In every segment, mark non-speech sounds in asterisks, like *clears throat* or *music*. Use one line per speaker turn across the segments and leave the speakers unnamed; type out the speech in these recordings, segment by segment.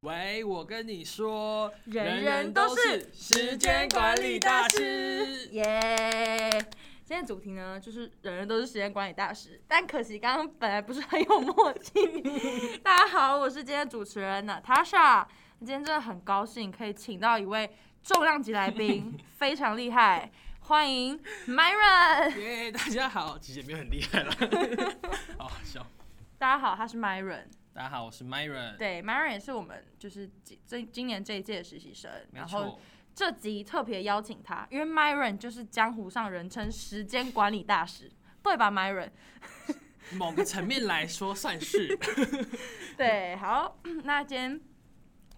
喂，我跟你说，
人人都是
时间管理大师。
耶、今天的主题呢，就是人人都是时间管理大师，但可惜刚刚本来不是很有默
*laughs*
契。大家好，我是今天的主持人娜塔莎。今天真的很高兴可以请到一位重量级
*laughs*
来宾，非常厉害，欢迎
*laughs*
Myron。
耶、大家好，其实也没有很厉害
*laughs*
啦，好好笑。
大家好，他是 Myron。
大家好，我是 Myron。，
对，Myron 也是我们就是今这今年这一届的实习生，
没
然后
错，
这集特别邀请他，因为 Myron 就是江湖上人称时间管理大师，对吧，Myron？
某个层面来说算
*laughs*
是
对，好， *coughs* 那今天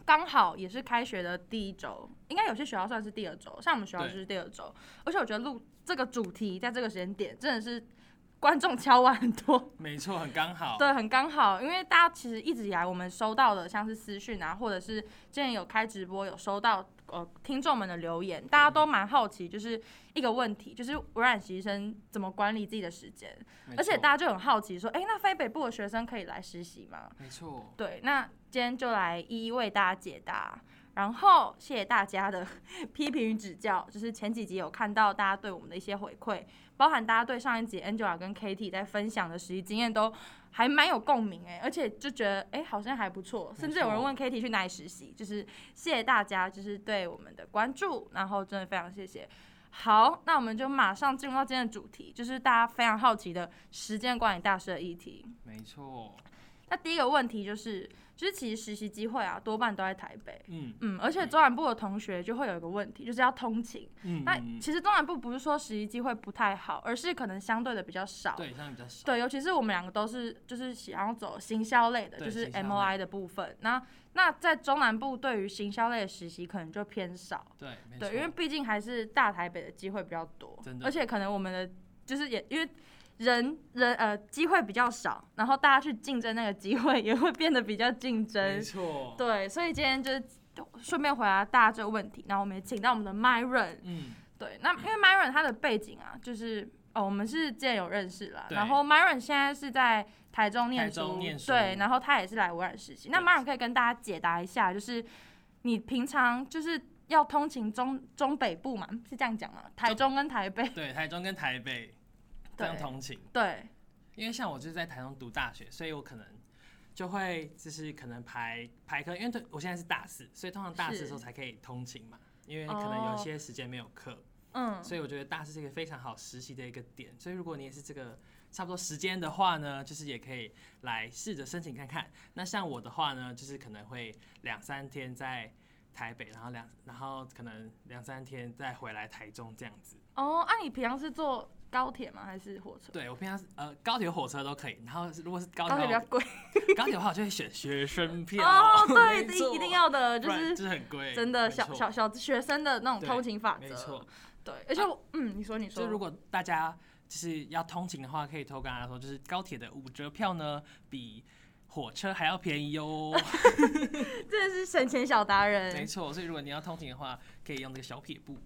刚好也是开学的第一周，应该有些学校算是第二周，像我们学校就是第二周，而且我觉得录这个主题在这个时间点真的是观众敲碗很多，
没错，很刚好。
对，很刚好，因为大家其实一直以来我们收到的像是私讯啊，或者是之前有开直播有收到呃听众们的留言，大家都蛮好奇，就是一个问题，就是微软实习生怎么管理自己的时间，
没
而且
错
大家就很好奇说，哎、那非北部的学生可以来实习吗？
没错，
对，那今天就来一一为大家解答。然后谢谢大家的 *laughs* 批评与指教，就是前几集有看到大家对我们的一些回馈，包含大家对上一集 Angela 跟 Katie 在分享的实习经验都还蛮有共鸣哎，而且就觉得哎好像还不错，甚至有人问 Katie 去哪里实习，就是谢谢大家就是对我们的关注，然后真的非常谢谢。好，那我们就马上进入到今天的主题，就是大家非常好奇的时间管理大师的议题。
没错。
那第一个问题就是，就是其实实习机会啊，多半都在台北。
嗯
嗯，而且中南部的同学就会有一个问题，就是要通勤。
嗯，
那
嗯
其实中南部不是说实习机会不太好，而是可能相对的比较少。
对，这样比较少。
对，尤其是我们两个都是就是想要走行销类的，
对
就是
行销类
M O I 的部分。那那在中南部对于行销类的实习可能就偏少。
对，没错
对，因为毕竟还是大台北的机会比较多
真，的
而且可能我们的就是也因为人人呃机会比较少，然后大家去竞争那个机会也会变得比较竞
没
争，
错。
对，所以今天就是顺便回答大家这个问题，然后我们也请到我们的 Myron，
嗯，
对，那因为 Myron 他的背景啊，就是哦我们是之前有认识啦，
对
然后 Myron 现在是在台中念
台中
书，
念书
对，然后他也是来微软实习，那
对
Myron 可以跟大家解答一下，就是你平常就是。要通勤中中北部嘛，是这样讲吗？台中跟台北，
对，台中跟台北这样
对
同情。
对，
因为像我就是在台中读大学，所以我可能就会就是可能排排课，因为对我现在是大四，所以通常大四的时候
是
才可以通勤嘛，因为可能有一些时间没有课，
嗯，
所以我觉得大四是一个非常好实习的一个点。所以如果你也是这个差不多时间的话呢，就是也可以来试着申请看看。那像我的话呢，就是可能会两三天在。台北，然后两，然后可能两三天再回来台中这样子。
哦，啊，你平常是坐高铁吗？还是火车？
对我平常是呃高铁、火车都可以，然后如果是高
高
铁
铁比
的
较
话，
贵
*laughs* 高铁的话，我就会选学生票。
哦，
*laughs*
对，
没错
一定，要的，就
不然
是
就是很贵，
真的
没错
小小小学生的那种
对
通勤法
没
则
错。。啊
对，而且我嗯，你说你说，
就如果大家就是要通勤的话，可以偷跟大家说，就是高铁的五折票呢，比火车还要便宜哟。
真的是省钱小达
*laughs* 没
人。
错，所以如果你要通勤的话，可以用这个小撇步。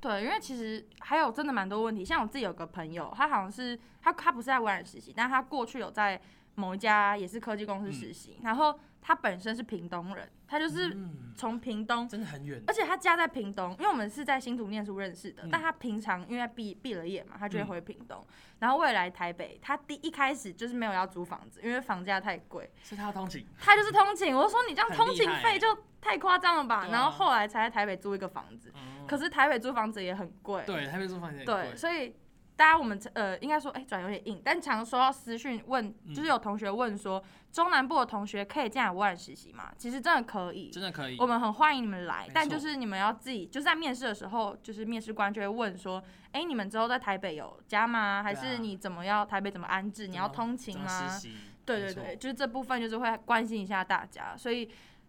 对，因为其实还有真的蛮多问题，像我自己有个朋友，他好像是他他不是在微软实习，但他过去有在某一家也是科技公司实习，然后他本身是屏东人，他就是
嗯，
从屏东
真的很远。
而且他家在屏东，因为我们是在新竹念书认识的，
嗯
但他平常因为毕毕了业嘛，他就会回屏东，然后未来台北，他第一开始就是没有要租房子，因为房价太贵，
是他要通勤，
他就是通勤。我说你这样
很
通勤
厉害
费就太夸张了吧，
对啊
然后后来才在台北租一个房子，
嗯
可是台北租房子也很贵，
对，台北租房间很
对，
贵
所以大家我们呃应该说，哎、转有点硬，但常收到私讯问，就是有同学问说，中南部的同学可以进来微软实习吗？其实真的可以，
真的可以
我。们很欢迎你们来
没，
但
错
就是你们要自己，就是在面试的时候，就是面试官就会问说，哎、你们之后在台北有家吗？还
对啊
是你怎么样？台北怎么安置？你要通勤
怎么实
吗？
习？
对
没
对
错
对，，就是这部分就是会关心一下大家，所以。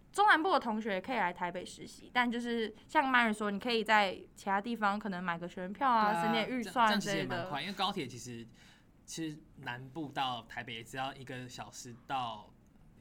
中南部的同学也可以来台北实习，但就是像曼人说，你可以在其他地方可能买个学员票
对
啊，
啊
省点
这样
预
这
算
样其
之
实也
类
蛮
的。
快，因为高铁其实其实南部到台北也只要一个小时到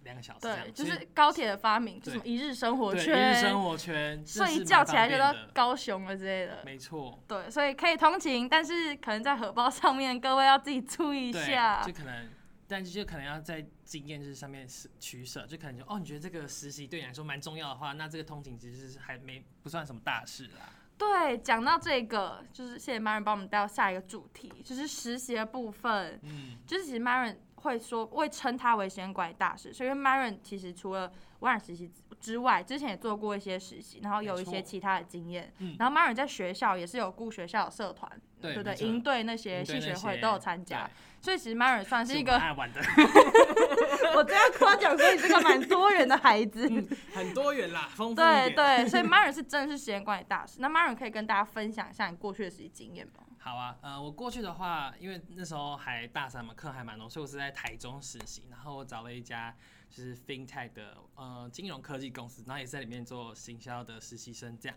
两个小时这样，
对，就
所以
是高铁的发明，
对
就什么一日生活
对
圈，
一日生活圈，这
睡
是
一觉
蛮
起来就
方
到
便的
高雄了之类的。
没错，
对，所以可以通勤，但是可能在荷包上面，各位要自己注意一
对，
下
就。可能但是就可能要在经验就是上面是取舍，就可能就哦，你觉得这个实习对你来说蛮重要的话，那这个通勤其实是还没不算什么大事啦。
对，讲到这个，就是谢谢 Maren 帮我们带到下一个主题，就是实习的部分。
嗯，
就是其实 Maren 会说，会称它为时间管理大师，所以 Maren 其实除了微软实习之外，之前也做过一些实习，然后有一
没
些
错
其他的经验。
嗯
然后 Maren 在学校也是有雇学校的社团，
对
不对
没？错
营队那些
营队
系
嗯那
学
些
会都有参加，所以其实 Maren 算
对
是一
我
个，
爱玩的， *laughs*
*laughs* 我这样夸奖说你是个蛮多元的孩子。
很嗯多元啦，丰富一
对
点。
对，所以 Maren 是真的是时间管理大师。那 Maren 可以跟大家分享一下你过去的实习经验吗？
好啊，呃，我过去的话，因为那时候还大三嘛，课还蛮多，所以我是在台中实习，然后我找了一家就是 FinTech 的呃金融科技公司，然后也是在里面做行销的实习生这样。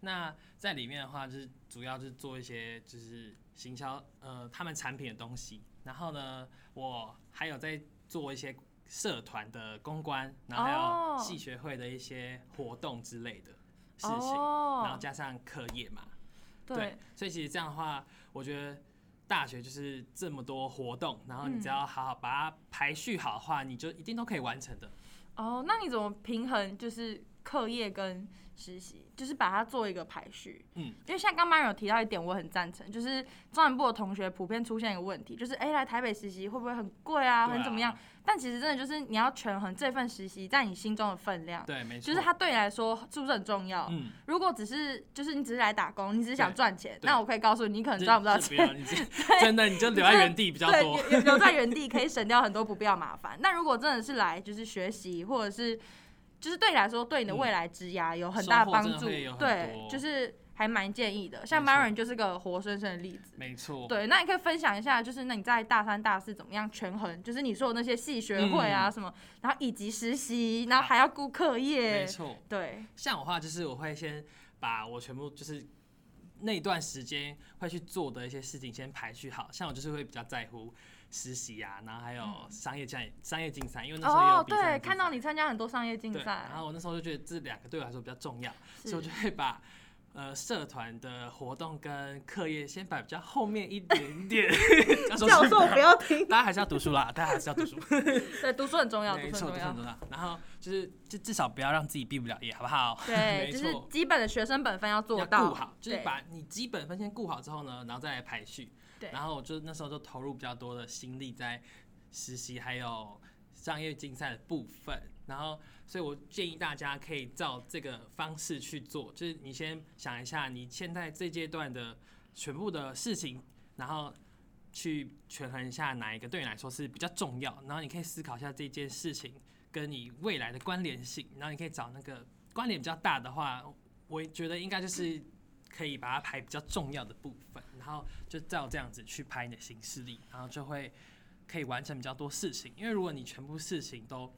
那在里面的话，就是主要就是做一些就是行销呃他们产品的东西，然后呢，我还有在做一些社团的公关，然后还
哦
有系学会的一事活动之类的事情，然后
哦，
加上课业嘛，
对，，
所以其实这样的话，我觉得大学就是这么多活动，然后你只
嗯
要好好把它排序好的话，你就一定都可以完成的。
哦，那你怎么平衡就是课业跟实习，就是把它做一个排序？
嗯，
因为像刚 Maren 有提到一点，我很赞成，就是中南部的同学普遍出现一个问题，就是哎、来台北实习会不会很贵啊，
对
很怎么
啊
样？？但其实真的就是你要权衡这份实习在你心中的分量，
对，没错。
就是它对你来说是不是很重要？
嗯，
如果只是就是你只是来打工，你只是想
对
赚钱，
对
那我可以告诉你，你可能
就
赚不到
就
钱。
要你这真的你就留在原地比较
对，
多。
留留在
*laughs*
原地可以省掉很多不必要麻烦。那如果真的是来就是学习，或者是就是对你来说对你的未来职涯有很大
嗯收获
帮
真的
助
会有，很
对，
多
就是还蛮建议的。像
没错哦
Maren 就是个活生生的例子。
没错。
对，那你可以分享一下，就是那你在大三、大四怎么样权衡？就是你说的那些系学会啊
嗯
什么，然后以及实习，然后
好
还要顾课
没
业，
错。
对，
像我的话，就是我会先把我全部就是那段时间会去做的一些事情先排序好。像我就是会比较在乎实习啊，然后还有商业竞商业竞赛，因为那时候也有
嗯哦，
比商业
对，
竞
看到
赛
你参加很多商业竞
对，
赛
然，后我那时候就觉得这两个对我来说比较重要，所以
是
我就会把呃社团的活动跟课业先摆比较后面一点
*laughs*
点。教授是吧
要
*laughs*
听，
大家还是要读书啦，大家还是要读
*laughs*
书，
对，读书很重要，
*laughs*
读
没
书
错，读
很重
书
要
很。重要。然后就是，就至少不要让自己毕不了业，好不好？ *laughs*
对，
没
就是
错
基本的学生本分要做
要
到，
顾好，就是
对
把你基本分先顾好之后呢，然后再来排序。
对
然后我就那时候就投入比较多的心力在实习还有商业竞赛的部分。然后，所以我建议大家可以照这个方式去做，就是你先想一下你现在这阶段的全部的事情，然后去权衡一下哪一个对你来说是比较重要，然后你可以思考一下这件事情跟你未来的关联性，然后你可以找那个关联比较大的话，我觉得应该就是可以把它排比较重要的部分，然后就照这样子去排你的行事历，然后就会可以完成比较多事情。因为如果你全部事情都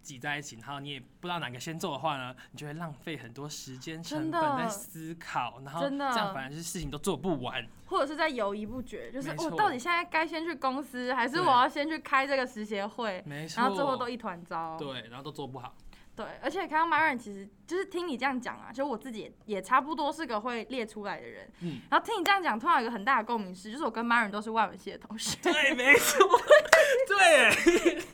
挤在一起，然后你也不知道哪个先做的话呢，你就会浪费很多时间成
真的
本在思考，然后
真的
这样反而就是事情都做不完。
或者是在犹豫不决，就是
没
我
错
到底现在该先去公司，还是
对
我要先去开这个实协会，
没错，
然后最后都一团糟。
对，然后都做不好。
对，而且刚刚 Maren 其实就是听你这样讲啊，就我自己也也差不多是个会列出来的人。
嗯
然后听你这样讲，突然有一个很大的共鸣是，就是我跟 Maren 都是外文系的同
*laughs*
学，
对，没错，
*laughs*
对，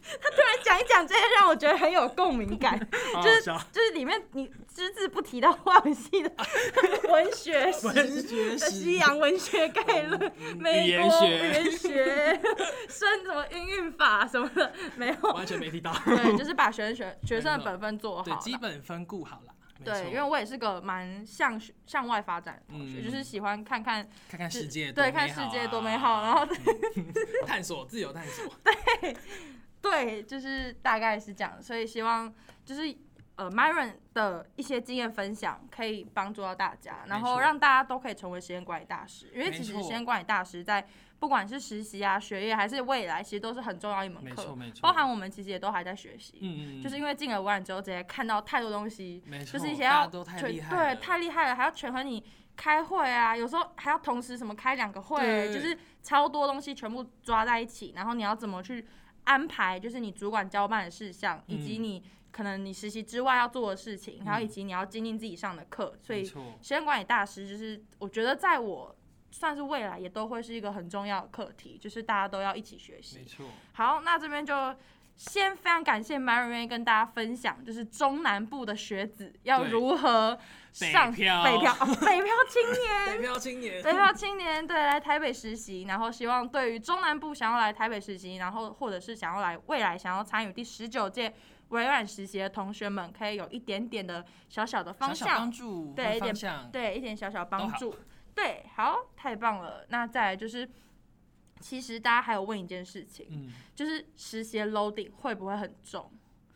讲一讲这些让我觉得很有共鸣感。 *laughs*
好
就是
笑
就是里面你只字不提到外文系的 *laughs* 文学史
文学史
的西洋文学概论、
哦嗯语
*laughs* 美
言
国语
学 *laughs*
言学、生什么音韵法什么的，没有。
完全没提到。
对，就是把学生学学生
没
的
错
本分做好
对，
啦。
基本分顾好了。没
对，
错
因为我也是个蛮向学向外发展的同学，
嗯
就是喜欢看看
看看世界、
对看世界多美好然后、
啊嗯 *laughs* 探索自由探索。
对，就是大概是这样，所以希望就是呃 Myron 的一些经验分享可以帮助到大家，然
没
后
错
让大家都可以成为时间管理大师，因为
没
其实
错
时间管理大师在不管是实习啊、学业还是未来，其实都是很重要一门
没错
课，
没错，
包含我们其实也都还在学习，
嗯嗯，
就是因为进了微软之后，直接看到太多东西，
没错，
就是一些
大
要
家都太
全
厉害了，
对，太厉害了，还要权衡你开会啊，有时候还要同时什么开两个会，
对
就是超多东西全部抓在一起，然后你要怎么去安排，就是你主管交办的事项，以及
嗯
你可能你实习之外要做的事情，还有以
嗯
及你要精进自己上的课，所
没
以时
错，
间管理大师就是我觉得在我。算是未来也都会是一个很重要的课题，就是大家都要一起学习
没。错，
好，那这边就先非常感谢 Mary 愿意跟大家分享，就是中南部的学子要
对
如何
北
上
漂
北漂、哦、 *laughs* 北漂青
北
年。
漂青年，
北漂青年对来台北实习，然后希望对于中南部想要来台北实习，然后或者是想要来未来想要参与第十九届微软实习的同学们，可以有一点点的小小的方
小
向，
小帮助，
对
或
一点
方向，
对，一点小小
都
帮
好
助。对，好，太棒了。那再来就是，其实大家还有问一件事情，
嗯，
就是实习的 loading 会不会很重？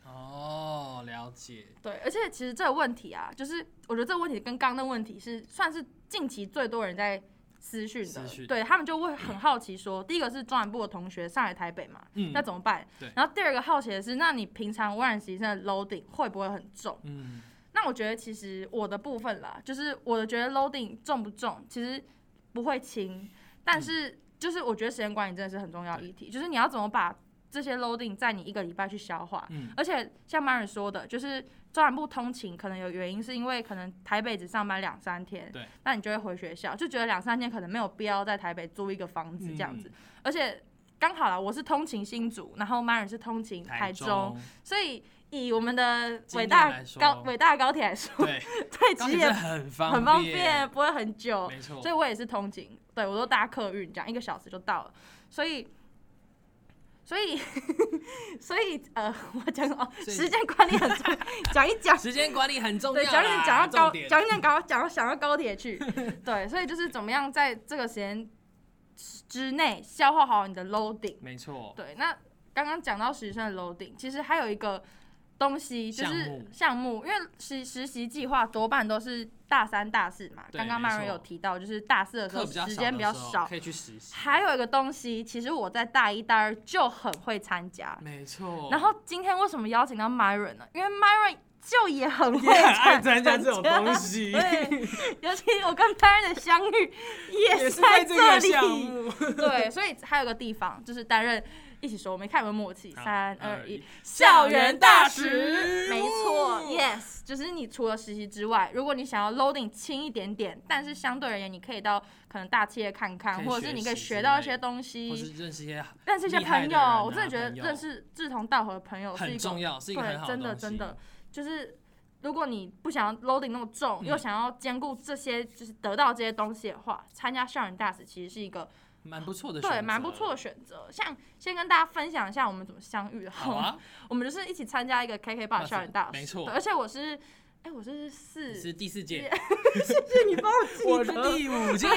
哦，了解，
对，而且其实这个问题啊，就是我觉得这个问题跟刚刚那问题是算是近期最多人在私讯
私
的，
讯
对他们就会很好奇说，第一个是中南部的同学上来台北嘛，
嗯
那怎么办？
对
然后第二个好奇的是，那你平常微软实习生的 loading 会不会很重？
嗯，
那我觉得其实我的部分啦，就是我的觉得 loading 重不重，其实不会轻，但
嗯
是就是我觉得时间管理真的是很重要的议题，就是你要怎么把这些 loading 在你一个礼拜去消化。
嗯
而且像 Mary 说的，就是中南部通勤可能有原因，是因为可能台北只上班两三天，
对，
那你就会回学校，就觉得两三天可能没有必要在台北租一个房
嗯
子这样子，而且。刚好啦，我是通勤新竹，然后 Mary 是通勤台中， *laughs*
中，
所以以我们的
经
伟
验
大
来说
高伟大高铁来说，
对，
*laughs* 对，
高
其实
铁
也
真的很方
很方便，，不会很久。
没错
所以，我也是通勤，对我都搭客运，这样一个小时就到了。所以，所以， *laughs* 所以，呃，我讲哦，
所以
时间管理很重要，
*laughs*
讲一讲，
时间管理很重要
对，
啦，
讲一讲，讲到高，
重点
讲一讲，搞讲到想到高铁去，对，所以就是怎么样在这个时间之内消化好你的 loading。
没错，
对，那刚刚讲到实习生的 loading，其实还有一个东西就
项
是
目
项目，因为实实习计划多半都是大三、大四嘛。
对
刚刚
没
曼瑞
错
有提到，就是大四的时
课
候
比较
时
少
间
的
比较
时候
少。
可以去实习，
还有一个东西，其实我在大一、大二就很会参加。
没错， *laughs*
然后今天为什么邀请到 Myron 呢？因为 Myron 就也
*laughs*
很会
也很爱参
参
加这种东西， *laughs*
对，尤其我跟 Myron 的相遇也
也
是
是
在
在这个
里。
项
*laughs*
目， *laughs*
对，所以还有个地方就是担任，一起说，我们看有没有默契。
好
三二
二
一
一，
校园大使，
使
没错
呜
，yes，就是你除了实习之外，如果你想要 loading 轻一点点，但是相对而言，你可以到可能大企业看看，
可以
或者是
学
你可以
习
学
之
到一
类
些
的
东
或
西，
是认识一些
认识一些
厉害
朋
的
友。
人啊
我真的觉得
朋友
认识志同道合的朋友是一
很
个
重要，是一个很
对，
好
真的
的
真的，就是如果你不想要 loading 那么重，
嗯
又想要兼顾这些，就是得到这些东西的话，参加校园大使其实是一个
蛮不错的，
对蛮不错的，选择。像先跟大家分享一下我们怎么相遇的，
好啊，
*laughs* 我们就是一起参加一个 KK 吧
哇塞
校园大使，
没错
对而且我是，哎、我这是四，
你
谢
是第四
*laughs*
届，
谢你帮我记得，
我是第五
*laughs*
届，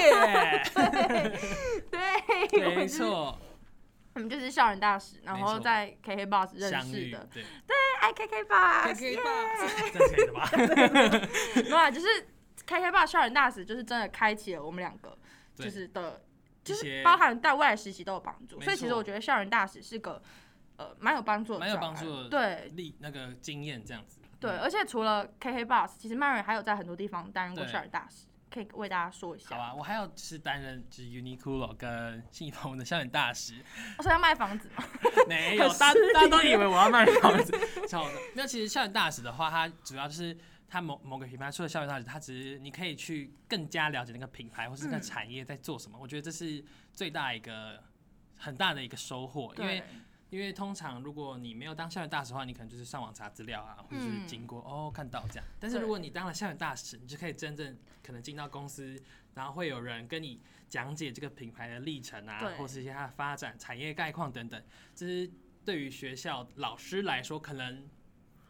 对，我们
没
就是，
错，
我们就是校园大使，然
没
后
错
在 KK Bus 认
相
识
遇
的，，哎啊
对，
爱 KK Bus，
可以吧？ *laughs* 这样可以的
*laughs*
吧？
没有啊，就是 KK 爸校园大使，就是真的开启了我们两个
对
就是的，就
一
是
些
包含在未来实习都有帮助。
没
所以其实
错
我觉得校园大使是个呃蛮有帮助的
蛮有
专
帮
案
助的
对
历那个经验这样子，
对，而且除了 KK Bus，其实曼瑞还有在很多地方担任过
对
校园大使，可以为大家说一下。
好啊，我还有就是担任就是 Uniqlo 跟信义房屋的校园大使，
哦所以要卖房子嘛，
*laughs* 没有
很，
大
失礼
大家都以为我要卖房子， *laughs* 笑的。没有，其实校园大使的话，它主要就是它某某个品牌，除了校园大使，它只是你可以去更加了解那个品牌或是那
嗯
个产业在做什么。我觉得这是最大一个很大的一个收获，因为
对
因为通常如果你没有当校园大使的话，你可能就是上网查资料啊，或者是
嗯
经过、哦看到这样。但是
对
如果你当了校园大使，你就可以真正可能进到公司，然后会有人跟你讲解这个品牌的历程啊
对，
或是一些它的发展、产业概况等等。这是对于学校老师来说可能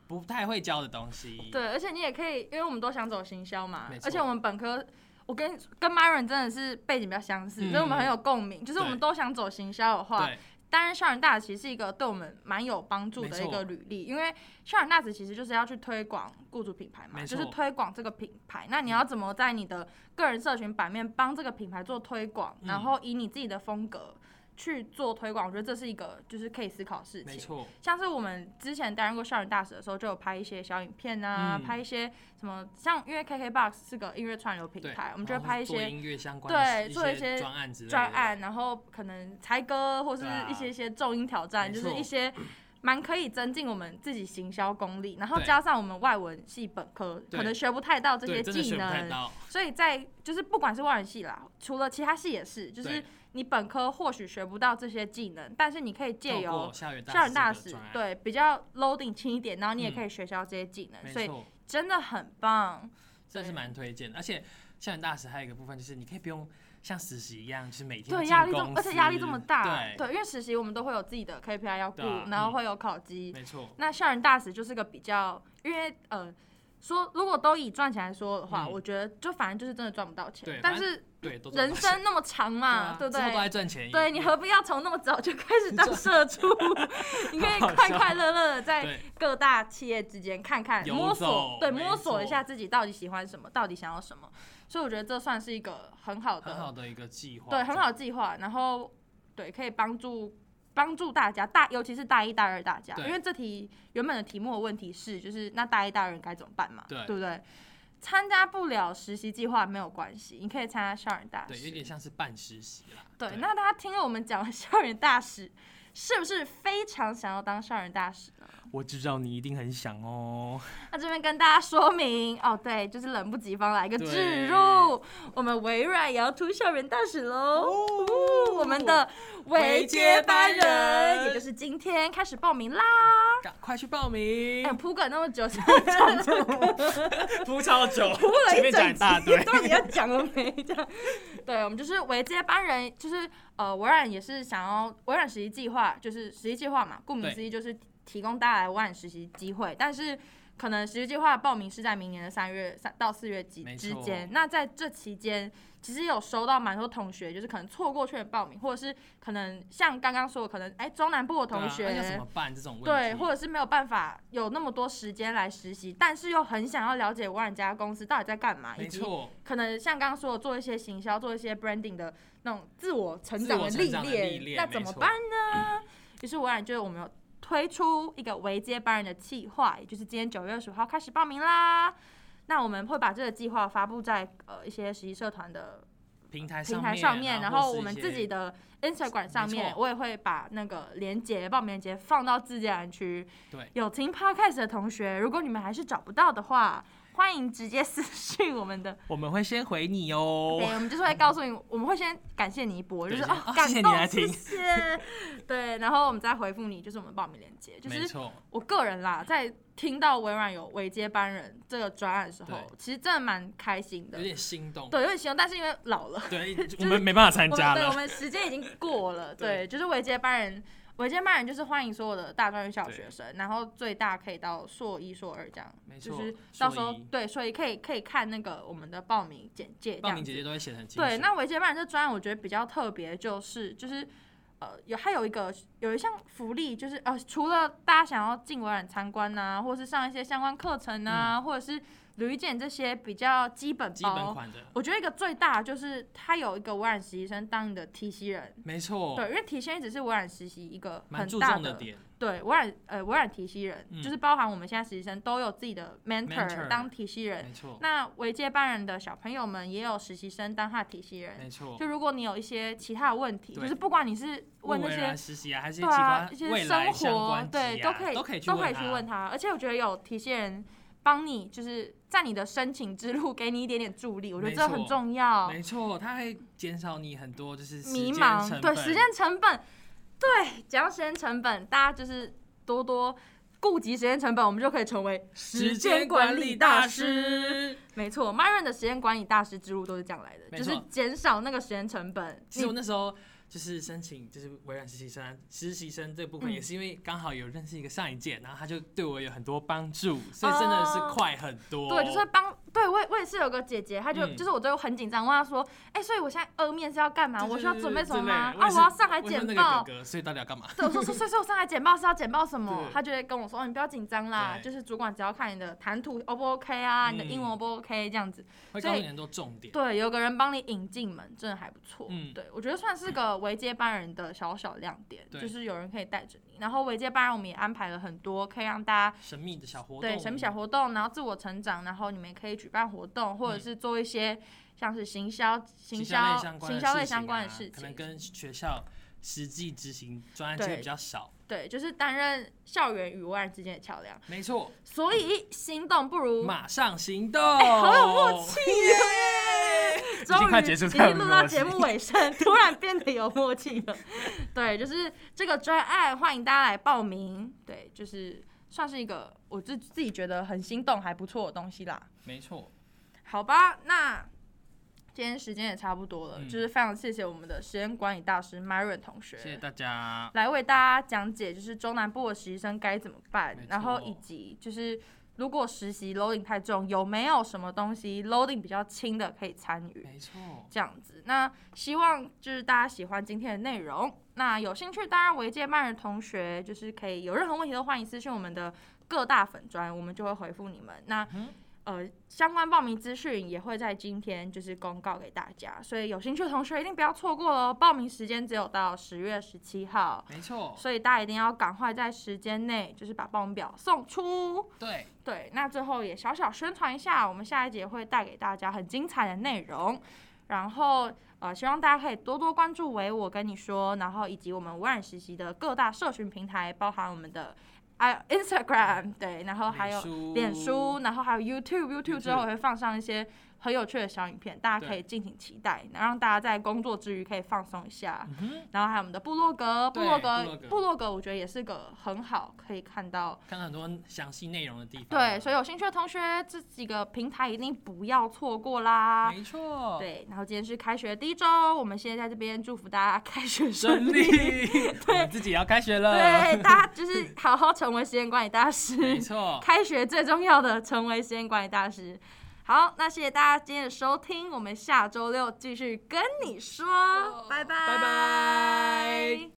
不太会教的东西。
对，而且你也可以，因为我们都想走行销嘛
没，
而且
错
我们本科。我跟跟 Myron 真的是背景比较相似，所以我们很
嗯
有共鸣。就是我们
对
都想走行销的话，
对
担任校园大使其实是一个对我们蛮有帮助的
没错
一个履历，因为校园大使其实就是要去推广雇主品牌嘛，
没
就
错嗯
是推广这个品牌。那你要怎么在你的个人社群版面帮这个品牌做推广，
嗯
然后以你自己的风格去做推广？我觉得这是一个就是可以思考的事
没
情。
错，
像是我们之前担任过校园大使的时候，就有拍一些小影片啊，
嗯
拍一些什么，像因为 KKBOX 是个音乐串流平
对
台，我们就
然
会
后
拍一
做
些
音乐相关的
对做
一
一些
专案之类的
专案，然后可能才歌或是
对啊
一些一些重音挑战，
没 *clears throat*
就
错
是一些蛮可以增进我们自己行销功力，然后
对
加上我们外文系本科
对
可能学不太到这
对，
些
真的
技
学不太
能，
到，
所以在就是不管是外文系啦，除了其他系也是，就是
对
你本科或许学不到这些技能，但是你可以借
透
由
过校园
校园大
大
使
专案，
对比较 loading 轻一点，然后你也
嗯
可以学到这些技能，所
没
以
错，
真的很棒。
这是
对
蛮推荐的。而且校园大使还有一个部分就是，你可以不用像实习一样，就是每天
对，
进
压力这么
公，
而且压力
司
这么大，
对，
对，因为实习我们都会有自己的 KPI 要顾
对啊，
然后
嗯
会有考级。
没错，
那校园大使就是个比较，因为呃，说如果都以赚钱来说的话，
嗯
我觉得就反正就是真的赚不到钱
对，
但
反
是
对，都赚
人
到钱
生那么长嘛，
对啊
对不
之后都
对？
在赚钱，
对你何必要从那么早就开
*laughs*
始当社畜？你可以
好好
快
笑
快乐乐的在
对
各大企业之间看看
游
摸索
走，
对，
没
摸索一
错
下自己到底喜欢什么，到底想要什么。所以我觉得这算是一个很好的
很好的一个计划，
对，很好的计划，然后对，可以帮助帮助大家大，尤其是大一、大二大家，
对
因为这题原本的题目的问题是，就是那大一、大二该怎么办嘛，
对
不对？参加不了实习计划没有关系，你可以参加校园大
对，
使。
有点像是半实习啦。
对，那大家听了我们讲了校园大使，是不是非常想要当校园大使呢？
我知道你一定很想哦。
那这边跟大家说明哦，对，就是冷不及防来一个
对
置入，我们微软也要出校园大使喽。
哦
我们的维接班人，也就是今天开始报名啦！
赶快去报名
哎，，铺梗那么久， *laughs* 现在讲这个
*laughs* 铺超久，
铺了
前
一
面讲一
整
大堆 *laughs*
集，。到底要讲了没？这样，对，我们就是维接班人，就是呃，微软也是想要微软实习计划，就是实习计划嘛，顾名思义就是提供大家来微软实习机会，但是。可能实习计划报名是在明年的三月三到四月几
没
之
错
间，那在这期间，其实有收到蛮多同学，就是可能错过去年报名，或者是可能像刚刚说的，可能哎、中南部的 *laughs* 同学、
对啊那要怎么办这种问题？
对，或者是没有办法有那么多时间来实习，但是又很想要了解微软这家公司到底在干嘛，以
没
及
错，
可能像刚刚说的做一些行销、做一些 branding 的那种自我成
自
长
我
的
成
历
长的历
练，
练
那
没
怎么
错
办呢？于是微软就是我们有推出一个维接班人的计划，也就是今天九月二十五号开始报名啦。那我们会把这个计划发布在呃一些实习社团的
平台
平台上
上
面，
然
然后
是
我
一
们
些
自己的 Instagram 上面，
错
我也会把那个连接报名链接放到自荐栏区。
对，
有听 Podcast 的同学，如果你们还是找不到的话，欢迎直接私 *laughs* 讯我们的。
我们会先回你哦
对，。我们就是会告诉你，我们会先感谢你一波，就
对
是
先
哦，
啊
感
谢谢你
动，
来
谢
听
谢。对，然后我们再回复你，就是我们报名链接，就
没
是
错，
我个人啦，在听到微软有维接班人这个专案的时候
对，
其实真的蛮开心的
有，点心动。
对，有点心动，但是因为老了。
对，我们没办法参
我
加
们对，我
了。
们时间已经过了。对，
*laughs* 对
就是维接班人，维接班人就是欢迎所有的大专院校学生，然后最大可以到硕一、硕二这样。
没
就
错
是到时候
硕一
对，所以可以可以看那个我们的报名简介这
报
样
名姐
子。
姐都会写得很清楚。
对，那维接班人这专案我觉得比较特别，就是就是。呃，有还有一个有一项福利，就是呃，除了大家想要进微软参观呐、或是上一些相关课程啊，或者是旅检这些比较基本
嗯基本
包，
款的，
我觉得一个最大的就是它有一个微软实习生当你的提携人，
没错，
对，因为提携只是微软实习一个
哦蛮
很
注
大
重的点。
对微软呃微软提携人、
嗯
就是包含我们现在实习生都有自己的 mentor,
Mentor
当提携人，
没错，
那为接班人的小朋友们也有实习生当他的提携人。
没错。
就如果你有一些其他的问题，就
对
是不管你是问那
未来
些
实习啊，还是
对啊一
其他
些
未来
生
相
活
关
对
职涯啊
可以
都可以去
可以
问
去
他
问他，而且我觉得有提携人帮你，就是在你的申请之路给你一点点助力，我觉得
没
这很
错
重要。
没错，它会减少你很多就是时
迷
间
茫，
成
对
本
时间成本，对，讲到时间成本，大家就是多多顾及时间成本，我们就可以成为
时间管理大。师。
没错 m y r o n 的时间管理大师之路都是这样来的，
没
就
错
是减少那个时间成本。
其实我
你
那时候就是申请就是微软实习生，啊实习生这部分
嗯
也是因为刚好有认识一个上一届，然后他就对我有很多帮助，所以真的是快很多。
哦对，就是会帮，对我也我也是有个姐姐，她就、
嗯
就是我都很紧张，问她说，哎、所以我现在二面是要干嘛？
对
我需要准备什么吗？
对
啊，
对对
我要上台
我也
简
是问那
报
个，哥哥，所以到底要干嘛？
对，我说说，所以说我上来简报是要简报什么？
*laughs* 对
他就会跟我说，哦，你不要紧张啦，
对
就是主管只要看你的谈吐 O 不 OK 啊，你的英
嗯
文 O 不 OK 这样子。
会告诉你很多重点。
对，有个人帮你引进门，真的还不错。
嗯
对我觉得算是个维接班人的小小亮点，
对
就是有人可以带着你。然后维接班人我们也安排了很多可以让大家
神秘的小活动，
对神秘小活动，然后自我成长，然后你们也可以举办活动，或者是做一些像是行销、行
嗯行销类
销、
相关的
行销
事
类
情
相关的
啊
事
可能
情。
跟学校实际执行专案机
对
会比较少。
对，就是担任校园与未来之间的桥梁。
没错，
所以
嗯
心动不如
马上行动，
嗯哎好有默契
耶！
*laughs* 终于
已经快结束
已
才有
经录
默
到
契
节目尾声，突然变得有默契了。 *laughs* 对，就是这个专案，欢迎大家来报名。对，就是算是一个我自自己觉得很心动还不错的东西啦。
没错，
好吧，那今天时间也差不多了，
嗯
就是非常谢谢我们的时间管理大师 Myron 同学。
谢谢大家。
来为大家讲解，就是中南部的实习生该怎么办
没，错
然后以及就是如果实习 loading 太重，有没有什么东西 loading 比较轻的可以参与？
没错，
这样子，那希望就是大家喜欢今天的内容。那有兴趣，当然维界漫人同学就是可以有任何问题都欢迎私信我们的各大粉专，我们就会回复你们。那、
嗯
呃，相关报名资讯也会在今天就是公告给大家，所以有兴趣的同学一定不要错过喽。报名时间只有到十月十七号，
没错，
所以大家一定要赶快在时间内就是把报名表送出。
对，
对，那最后也小小宣传一下，我们下一节会带给大家很精彩的内容。然后呃，希望大家可以多多关注维我跟你说，然后以及我们微软实习的各大社群平台，包含我们的啊 Instagram 对，然后还有
书
脸书，，然后还有 YouTube，YouTube 之后我会放上一些很有趣的小影片，大家可以敬请期待，让大家在工作之余可以放松一下。
嗯哼，
然后还有我们的部落格，部
对
落
部落
格
格，
部落格，我觉得也是个很好可以看到
看到很多详细内容的地方。
对，所
以
以有兴趣的同学，这几个平台一定不要错过啦。
没错，，
啊对，然后今天是开学的第一周，我们先在这边祝福大家开学顺
顺
*laughs* 利。
*laughs* 利，我们自己也要开学了，
对，大家就是好好成为时间管理大
没
师。
错，
开学最重要的，成为时间管理大师。好，那谢谢大家今天的收听，我们下周六继续跟你说，拜拜，
哦拜拜。